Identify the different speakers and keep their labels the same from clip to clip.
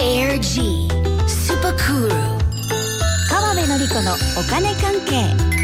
Speaker 1: Energy Super Cool
Speaker 2: 川辺典子のお金関係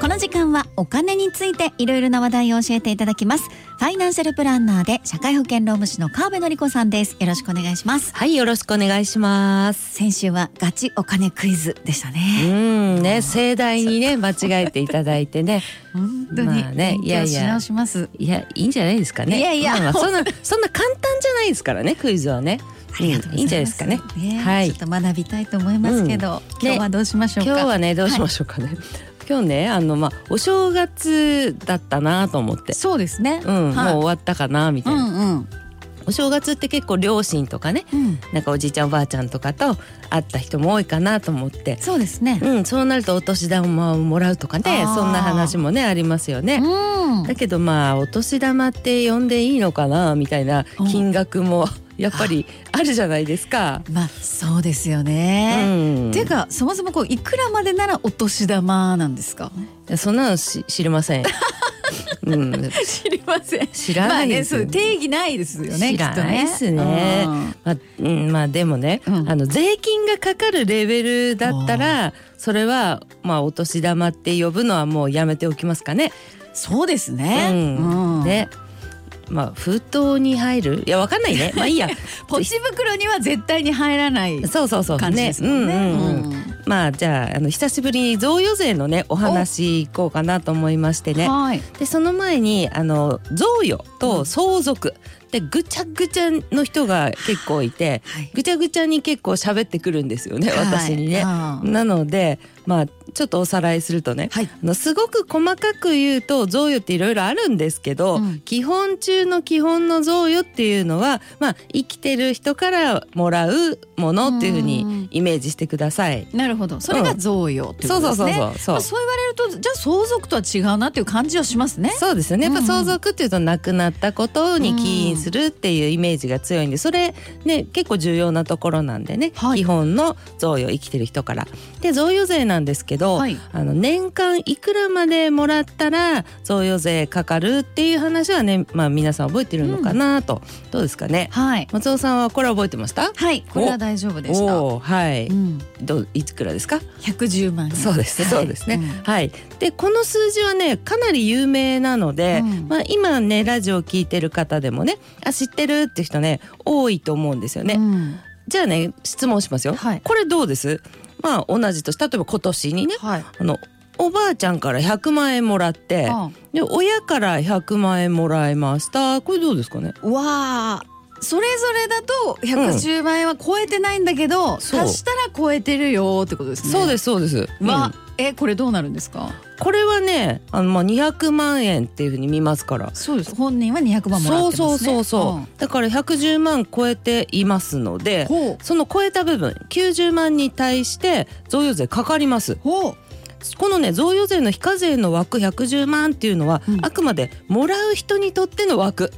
Speaker 2: この時間はお金についていろいろな話題を教えていただきますファイナンシャルプランナーで社会保険労務士の川辺典子さんですよろしくお願いします
Speaker 3: はい、よろしくお願いします。
Speaker 2: 先週はガチお金クイズでした
Speaker 3: う
Speaker 2: ね
Speaker 3: ん、ね、盛大に ね、間違えていただいてね。
Speaker 2: 本当に
Speaker 3: まあね
Speaker 2: 勉
Speaker 3: いや
Speaker 2: 強
Speaker 3: いや
Speaker 2: し直します、
Speaker 3: いや、いいんじゃないですかね。
Speaker 2: いやいや
Speaker 3: まあまあそんな、そんな簡単じゃないですからね、クイズはね。
Speaker 2: ありがとうございます、
Speaker 3: んいいんじゃないですかね。
Speaker 2: は、
Speaker 3: はいい
Speaker 2: ちょっと学びたいと思いますけど、
Speaker 3: うん
Speaker 2: 今日はどうしましょうか
Speaker 3: 今日はね、どうしましょうかね。今日ね、あの、まあ、お正月だったなと思って。
Speaker 2: そうですね、
Speaker 3: うん、
Speaker 2: はい
Speaker 3: もう終わったかなみた
Speaker 2: う
Speaker 3: いな、
Speaker 2: んうん
Speaker 3: お正月って結構両親とかね
Speaker 2: うん
Speaker 3: なんかおじいちゃんおばあちゃんとかと会った人も多いかなと思って、
Speaker 2: そうですね
Speaker 3: うん、そうなるとお年玉をもらうとかね
Speaker 2: あー
Speaker 3: そんな話もねありますよね。
Speaker 2: うん
Speaker 3: だけどまあお年玉って呼んでいいのかなみたいな
Speaker 2: うん
Speaker 3: 金額も やっぱりあるじゃないですか。
Speaker 2: まあそうですよね。
Speaker 3: うん
Speaker 2: っていうかそもそもこういくらまでならお年玉なんですか。
Speaker 3: そんなのし知りま せん。うん、
Speaker 2: 知りません。
Speaker 3: 知ら
Speaker 2: まあ
Speaker 3: ない
Speaker 2: ね、
Speaker 3: です
Speaker 2: そう
Speaker 3: よ、
Speaker 2: 定義ないですよね。
Speaker 3: 知らないです
Speaker 2: き
Speaker 3: ね
Speaker 2: っ
Speaker 3: まあうんまあでもね、
Speaker 2: うん
Speaker 3: あの税金がかかるレベルだったらそれはまあお年玉って呼ぶのはもうやめておきますかね。
Speaker 2: とねそうですね。
Speaker 3: うん
Speaker 2: うん
Speaker 3: ねまあ封筒に入るいやわかんないねまあ いいや
Speaker 2: ポチ袋には絶対に入らない
Speaker 3: そうそうそう
Speaker 2: 感じですもんね。
Speaker 3: うんうんうん
Speaker 2: うん
Speaker 3: まあじゃああの久しぶりに贈与税のねお話いこうかなと思いましてね
Speaker 2: はい。
Speaker 3: でその前にあの贈与と相続、でぐちゃぐちゃの人が結構いて
Speaker 2: はい。
Speaker 3: ぐちゃぐちゃに結構喋ってくるんですよね私にね。
Speaker 2: は
Speaker 3: なのでまあちょっとおさらいするとね
Speaker 2: い。
Speaker 3: あのすごく細かく言うと贈与っていろいろあるんですけど、
Speaker 2: うん
Speaker 3: 基本中の基本の贈与っていうのは、まあ、生きてる人からもらうものっていうふう
Speaker 2: うん
Speaker 3: にイメージしてください。
Speaker 2: なるほど。それが贈与っていうことですね。
Speaker 3: そうそうそうそう
Speaker 2: まあそう言われるとじゃあ相続とは違うなっていう感じはしますね。
Speaker 3: そうですよねやっぱ
Speaker 2: うんうん
Speaker 3: 相続っていうと亡くなったことに起因するっていうイメージが強いんでそれね結構重要なところなんでね、
Speaker 2: はい
Speaker 3: 基本の贈与生きてる人から。で贈与税なんですけど、
Speaker 2: はい。
Speaker 3: あの年間いくらまでもらったら贈与税かかるっていう話はね、まあ、皆さん覚えてるのかなと、どうですかね
Speaker 2: はい。
Speaker 3: 松尾さんはこれ覚えてました
Speaker 2: はい。これは大丈夫でした。
Speaker 3: おーはい、
Speaker 2: うん。
Speaker 3: どういくらですか
Speaker 2: 110万円。
Speaker 3: そうですそうですね、はいでこの数字はねかなり有名なので、
Speaker 2: うん
Speaker 3: まあ、今ねラジオ聞いてる方でもねあ知ってるって人ね多いと思うんですよね、
Speaker 2: うん
Speaker 3: じゃあね質問しますよ、
Speaker 2: はい
Speaker 3: これどうですまあ同じと例えば今年にね
Speaker 2: はい。
Speaker 3: あのおばあちゃんから100万円もらって
Speaker 2: あ
Speaker 3: で親から100万円もらいましたこれどうですかね
Speaker 2: わあ。それぞれだと110万円は超えてないんだけど、
Speaker 3: そう
Speaker 2: 足したら超えてるよってことですね。。
Speaker 3: そうですすそうです、
Speaker 2: わ
Speaker 3: うん、
Speaker 2: えこれどうなるんですか。
Speaker 3: これはねあのまあ200万円っていうふうに見ますから
Speaker 2: そうです。本人は200万もらって
Speaker 3: そ
Speaker 2: ますね。
Speaker 3: うそうそうそう、だから110万超えていますので
Speaker 2: ほう
Speaker 3: その超えた部分90万に対して贈与税かかります
Speaker 2: ほう。
Speaker 3: このね贈与税の非課税の枠110万っていうのは、
Speaker 2: うん
Speaker 3: あくまでもらう人にとっての枠、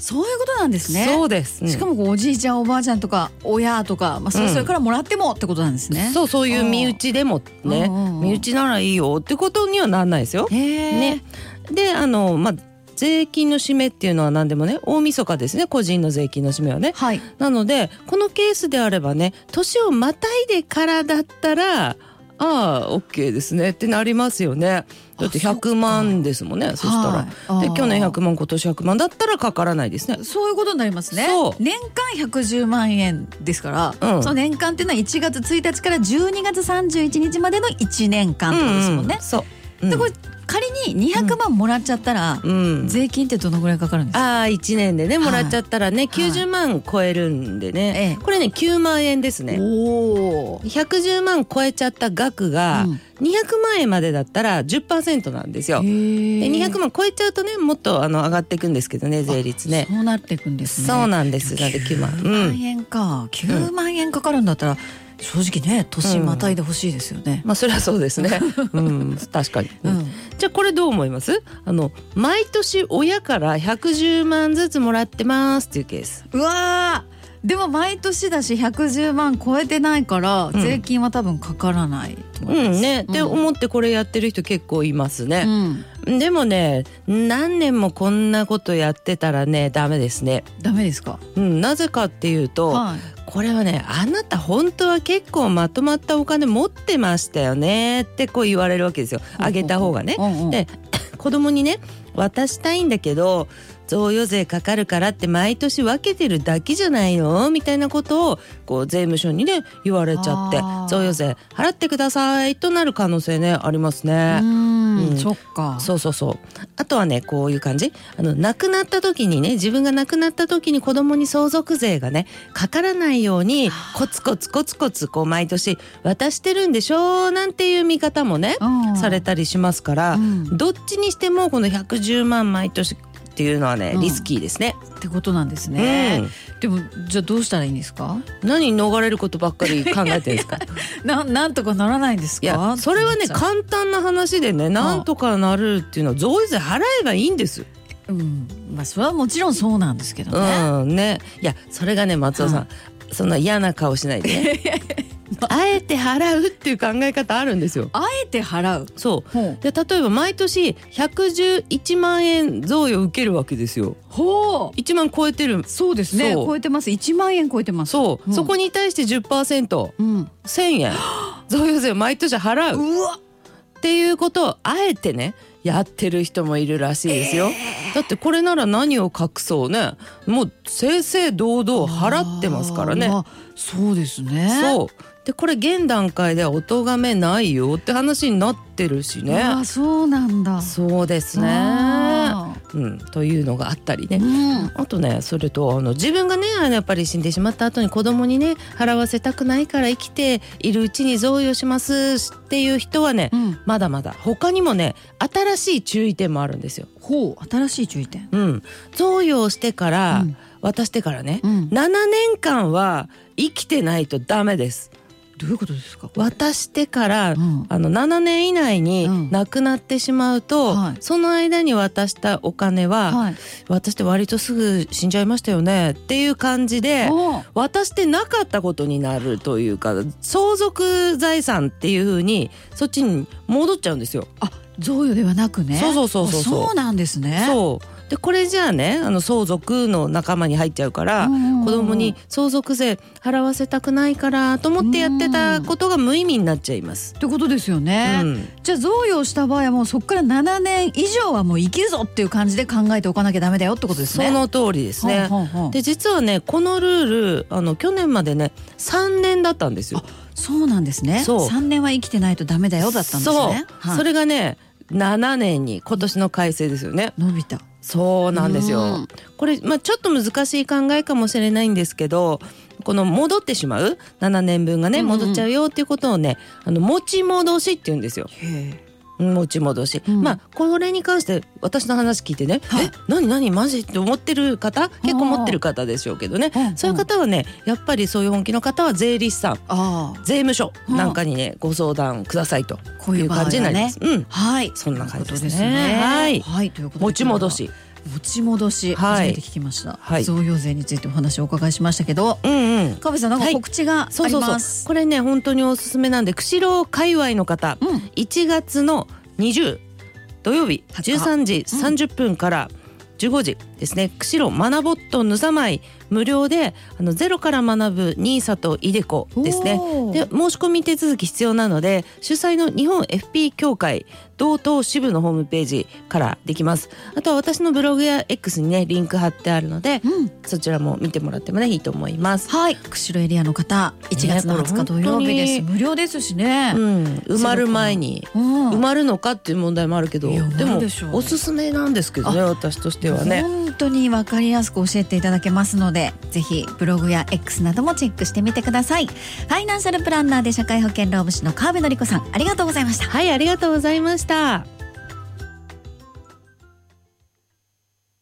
Speaker 2: そういうことなんですね。
Speaker 3: そうです、うん
Speaker 2: しかもこうおじいちゃんおばあちゃんとか親とか、まあ、それ
Speaker 3: うん
Speaker 2: それからもらってもってことなんですね。
Speaker 3: そうそういう身内でもね
Speaker 2: うんうんうん
Speaker 3: 身内ならいいよってことにはなんないですよ。
Speaker 2: へえ。
Speaker 3: ね、であのまあ税金の締めっていうのは何でもね大晦日ですね個人の税金の締めはね。
Speaker 2: はい。
Speaker 3: なのでこのケースであればね年をまたいでからだったらああ OK ですねってなりますよね。だって
Speaker 2: あそっか
Speaker 3: 100万ですもんねそしたら。
Speaker 2: はい
Speaker 3: で去年
Speaker 2: あー
Speaker 3: 100万今年100万だったらかからないですね。
Speaker 2: そういうことになりますね。
Speaker 3: そう
Speaker 2: 年間110万円ですから、
Speaker 3: うん
Speaker 2: その年間っていうのは1月1日から12月31日までの1年間ってことですもん
Speaker 3: う
Speaker 2: ね
Speaker 3: ん。そう。うん
Speaker 2: でこれ仮に200万もらっちゃったら、
Speaker 3: うん、
Speaker 2: 税金ってどのぐらいかかるんですか。
Speaker 3: ああ1年でねもらっちゃったらね、
Speaker 2: はい
Speaker 3: 90万超えるんでね、
Speaker 2: ええ
Speaker 3: これね9万円ですね
Speaker 2: おお。
Speaker 3: 110万超えちゃった額が
Speaker 2: うん
Speaker 3: 200万円までだったら10%なんですよ、で200万超えちゃうとねもっとあの上がっていくんですけどね税率ね
Speaker 2: そうなっていくんですね。
Speaker 3: そう
Speaker 2: で
Speaker 3: なんですなんで9万うん
Speaker 2: 円か、9万円かかるんだったら、正直ね、年またいでほしいですよね。
Speaker 3: まあそれはそうです ねうん確かに、
Speaker 2: うん。
Speaker 3: じゃあこれどう思いますあの毎年親から110万ずつもらってますっていうケース
Speaker 2: うわでも毎年だし110万超えてないから、
Speaker 3: うん
Speaker 2: 税金は多分かからないと思
Speaker 3: う
Speaker 2: います
Speaker 3: んね、って
Speaker 2: うん
Speaker 3: 思ってこれやってる人結構います
Speaker 2: う
Speaker 3: ね、
Speaker 2: ん、
Speaker 3: でもね何年もこんなことやってたらねダメですね、
Speaker 2: ダメですか
Speaker 3: うん、なぜかっていうと、
Speaker 2: はい
Speaker 3: これはねあなた本当は結構まとまったお金持ってましたよねってこう言われるわけですよあげた方がね
Speaker 2: うんうん
Speaker 3: で 子供にね渡したいんだけど贈与税かかるからって毎年分けてるだけじゃないのみたいなことをこう税務署にね言われちゃって
Speaker 2: あー
Speaker 3: 贈与税払ってくださいとなる可能性ねあります
Speaker 2: う
Speaker 3: ね。
Speaker 2: ん、
Speaker 3: うん
Speaker 2: そっか
Speaker 3: そうそうそうあとはねこういう感じあの亡くなった時にね自分が亡くなった時に子供に相続税がねかからないようにコツコツコツコツこう毎年渡してるんでしょなんていう見方もね
Speaker 2: うん
Speaker 3: されたりしますから、
Speaker 2: うん
Speaker 3: どっちにしてもこの110万毎年っていうのはね
Speaker 2: うん
Speaker 3: リスキーですね。
Speaker 2: ってことなんですね、でもじゃあどうしたらいいんですか
Speaker 3: うん何逃れることばっかり考えてるん ですか
Speaker 2: ななんとかならないんですか
Speaker 3: いやそれはね簡単な話でねなんとかなるっていうのは贈与税払えばいいんです。
Speaker 2: うんまあそれはもちろんそうなんですけどね、
Speaker 3: うんねいやそれがね松尾さん、
Speaker 2: は
Speaker 3: そんな嫌な顔し ないでねあえて払うっていう考え方あるんですよ。
Speaker 2: あえて払う
Speaker 3: そう
Speaker 2: ほう
Speaker 3: で例えば毎年111万円贈与受けるわけですよ。
Speaker 2: ほ
Speaker 3: 1万超えてる
Speaker 2: うそうですね
Speaker 3: そう
Speaker 2: 超えてます1万円超えてます
Speaker 3: そ
Speaker 2: う
Speaker 3: う、
Speaker 2: ん
Speaker 3: そこに対して10%1000
Speaker 2: う,、うん、
Speaker 3: 円贈与税を毎年払うっ
Speaker 2: うわ
Speaker 3: ていうことをあえてねやってる人もいるらしいですよ、だってこれなら何を隠そうねもう正々堂々払ってますからね
Speaker 2: あーまあそうですね
Speaker 3: そうでこれ現段階ではお咎めないよって話になってるし
Speaker 2: あ
Speaker 3: ね
Speaker 2: ーそうなんだ
Speaker 3: そうですね
Speaker 2: あ
Speaker 3: うんというのがあったりね
Speaker 2: ーうん
Speaker 3: あとねそれとあの自分がねあのやっぱり死んでしまった後に子供にね払わせたくないから生きているうちに贈与しますっていう人はね、
Speaker 2: うん
Speaker 3: まだまだ他にもね新しい注意点もあるんですよ。
Speaker 2: ほう新しい注意点
Speaker 3: うん、贈与をしてから、
Speaker 2: うん
Speaker 3: 渡してからね、
Speaker 2: うん
Speaker 3: 7年間は生きてないとダメです。
Speaker 2: どういうことですかこれ
Speaker 3: 渡してから、
Speaker 2: うん
Speaker 3: あの7年以内
Speaker 2: うん
Speaker 3: に亡くなってしまうと、
Speaker 2: はい
Speaker 3: その間に渡したお金は、
Speaker 2: はい
Speaker 3: 渡して割とすぐ死んじゃいましたよねっていう感じで
Speaker 2: おー
Speaker 3: 渡してなかったことになるというか相続財産っていう風にそっちに戻っちゃうんですよ。
Speaker 2: あ贈与ではなくね
Speaker 3: そうそうそうそう
Speaker 2: あそうなんですね
Speaker 3: そうでこれじゃあねあの相続の仲間に入っちゃうから、
Speaker 2: うん
Speaker 3: 子供に相続税払わせたくないからと思ってやってたことが無意味になっちゃいます。
Speaker 2: ってことですよね、
Speaker 3: うん
Speaker 2: じゃあ贈与した場合はもうそこから7年以上はもう生きるぞっていう感じで考えておかなきゃダメだよってことですね。
Speaker 3: その通りですね。
Speaker 2: ほんほんほん
Speaker 3: で実はねこのルールあの去年までね3年だったんですよ。
Speaker 2: そうなんですね。
Speaker 3: そう
Speaker 2: 3年は生きてないとダメだよだったんですね。
Speaker 3: そう、
Speaker 2: はい
Speaker 3: それがね7年に今年の改正ですよね。
Speaker 2: 伸びた。
Speaker 3: そうなんですよ。
Speaker 2: うん
Speaker 3: これ、まあ、ちょっと難しい考えかもしれないんですけどこの戻ってしまう7年分がね
Speaker 2: うんうん
Speaker 3: 戻っちゃうよっていうことをね、あの持ち戻しって言うんですよ。持ち戻し、
Speaker 2: うん
Speaker 3: まあこれに関して私の話聞いてね「
Speaker 2: はい
Speaker 3: え何何マジ?」って思ってる方結構持ってる方でしょうけどね
Speaker 2: うんうん
Speaker 3: そういう方はねやっぱりそういう本気の方は税理士さん
Speaker 2: ああ
Speaker 3: 税務署なんかにねご相談くださいと
Speaker 2: こうい
Speaker 3: いうう
Speaker 2: 場合は
Speaker 3: 感じになりま
Speaker 2: ね
Speaker 3: す。。うん
Speaker 2: はい。
Speaker 3: そんな感じです
Speaker 2: と
Speaker 3: ね
Speaker 2: いうこと
Speaker 3: はい
Speaker 2: はい。ということで
Speaker 3: 持ち戻。し。
Speaker 2: 持ち戻し。初
Speaker 3: はい
Speaker 2: めて聞きました。
Speaker 3: はい
Speaker 2: 贈与税についてお話をお伺いしましたけど、
Speaker 3: うんうん。
Speaker 2: 川辺さんなんか
Speaker 3: はい
Speaker 2: 告知があります。
Speaker 3: そうそうそう。これね本当におすすめなんで釧路界隈の方、
Speaker 2: うん
Speaker 3: 1月の20土曜日
Speaker 2: 20
Speaker 3: 13時30分から15時ですね釧路マナボットぬざまい無料であのゼロから学ぶニーサとイデコですね
Speaker 2: おー
Speaker 3: で申し込み手続き必要なので主催の日本 FP 協会同等支部のホームページからできますあとは私のブログや X にねリンク貼ってあるので
Speaker 2: うん。
Speaker 3: そちらも見てもらってもねいいと思います
Speaker 2: はい。釧路エリアの方、1月の
Speaker 3: ねこれ
Speaker 2: 20日土曜日です。
Speaker 3: 本
Speaker 2: 無料ですしね
Speaker 3: う。ん、埋まる前に
Speaker 2: うん
Speaker 3: 埋まるのかっていう問題もあるけど、
Speaker 2: いや
Speaker 3: で
Speaker 2: な
Speaker 3: も
Speaker 2: いでしょう
Speaker 3: おすすめなんですけどね私としてはね。
Speaker 2: 本当に分かりやすく教えていただけますのでぜひブログや X などもチェックしてみてくださいファイナンシャルプランナーで社会保険労務士の川辺典子さんありがとうございました
Speaker 3: はいありがとうございました。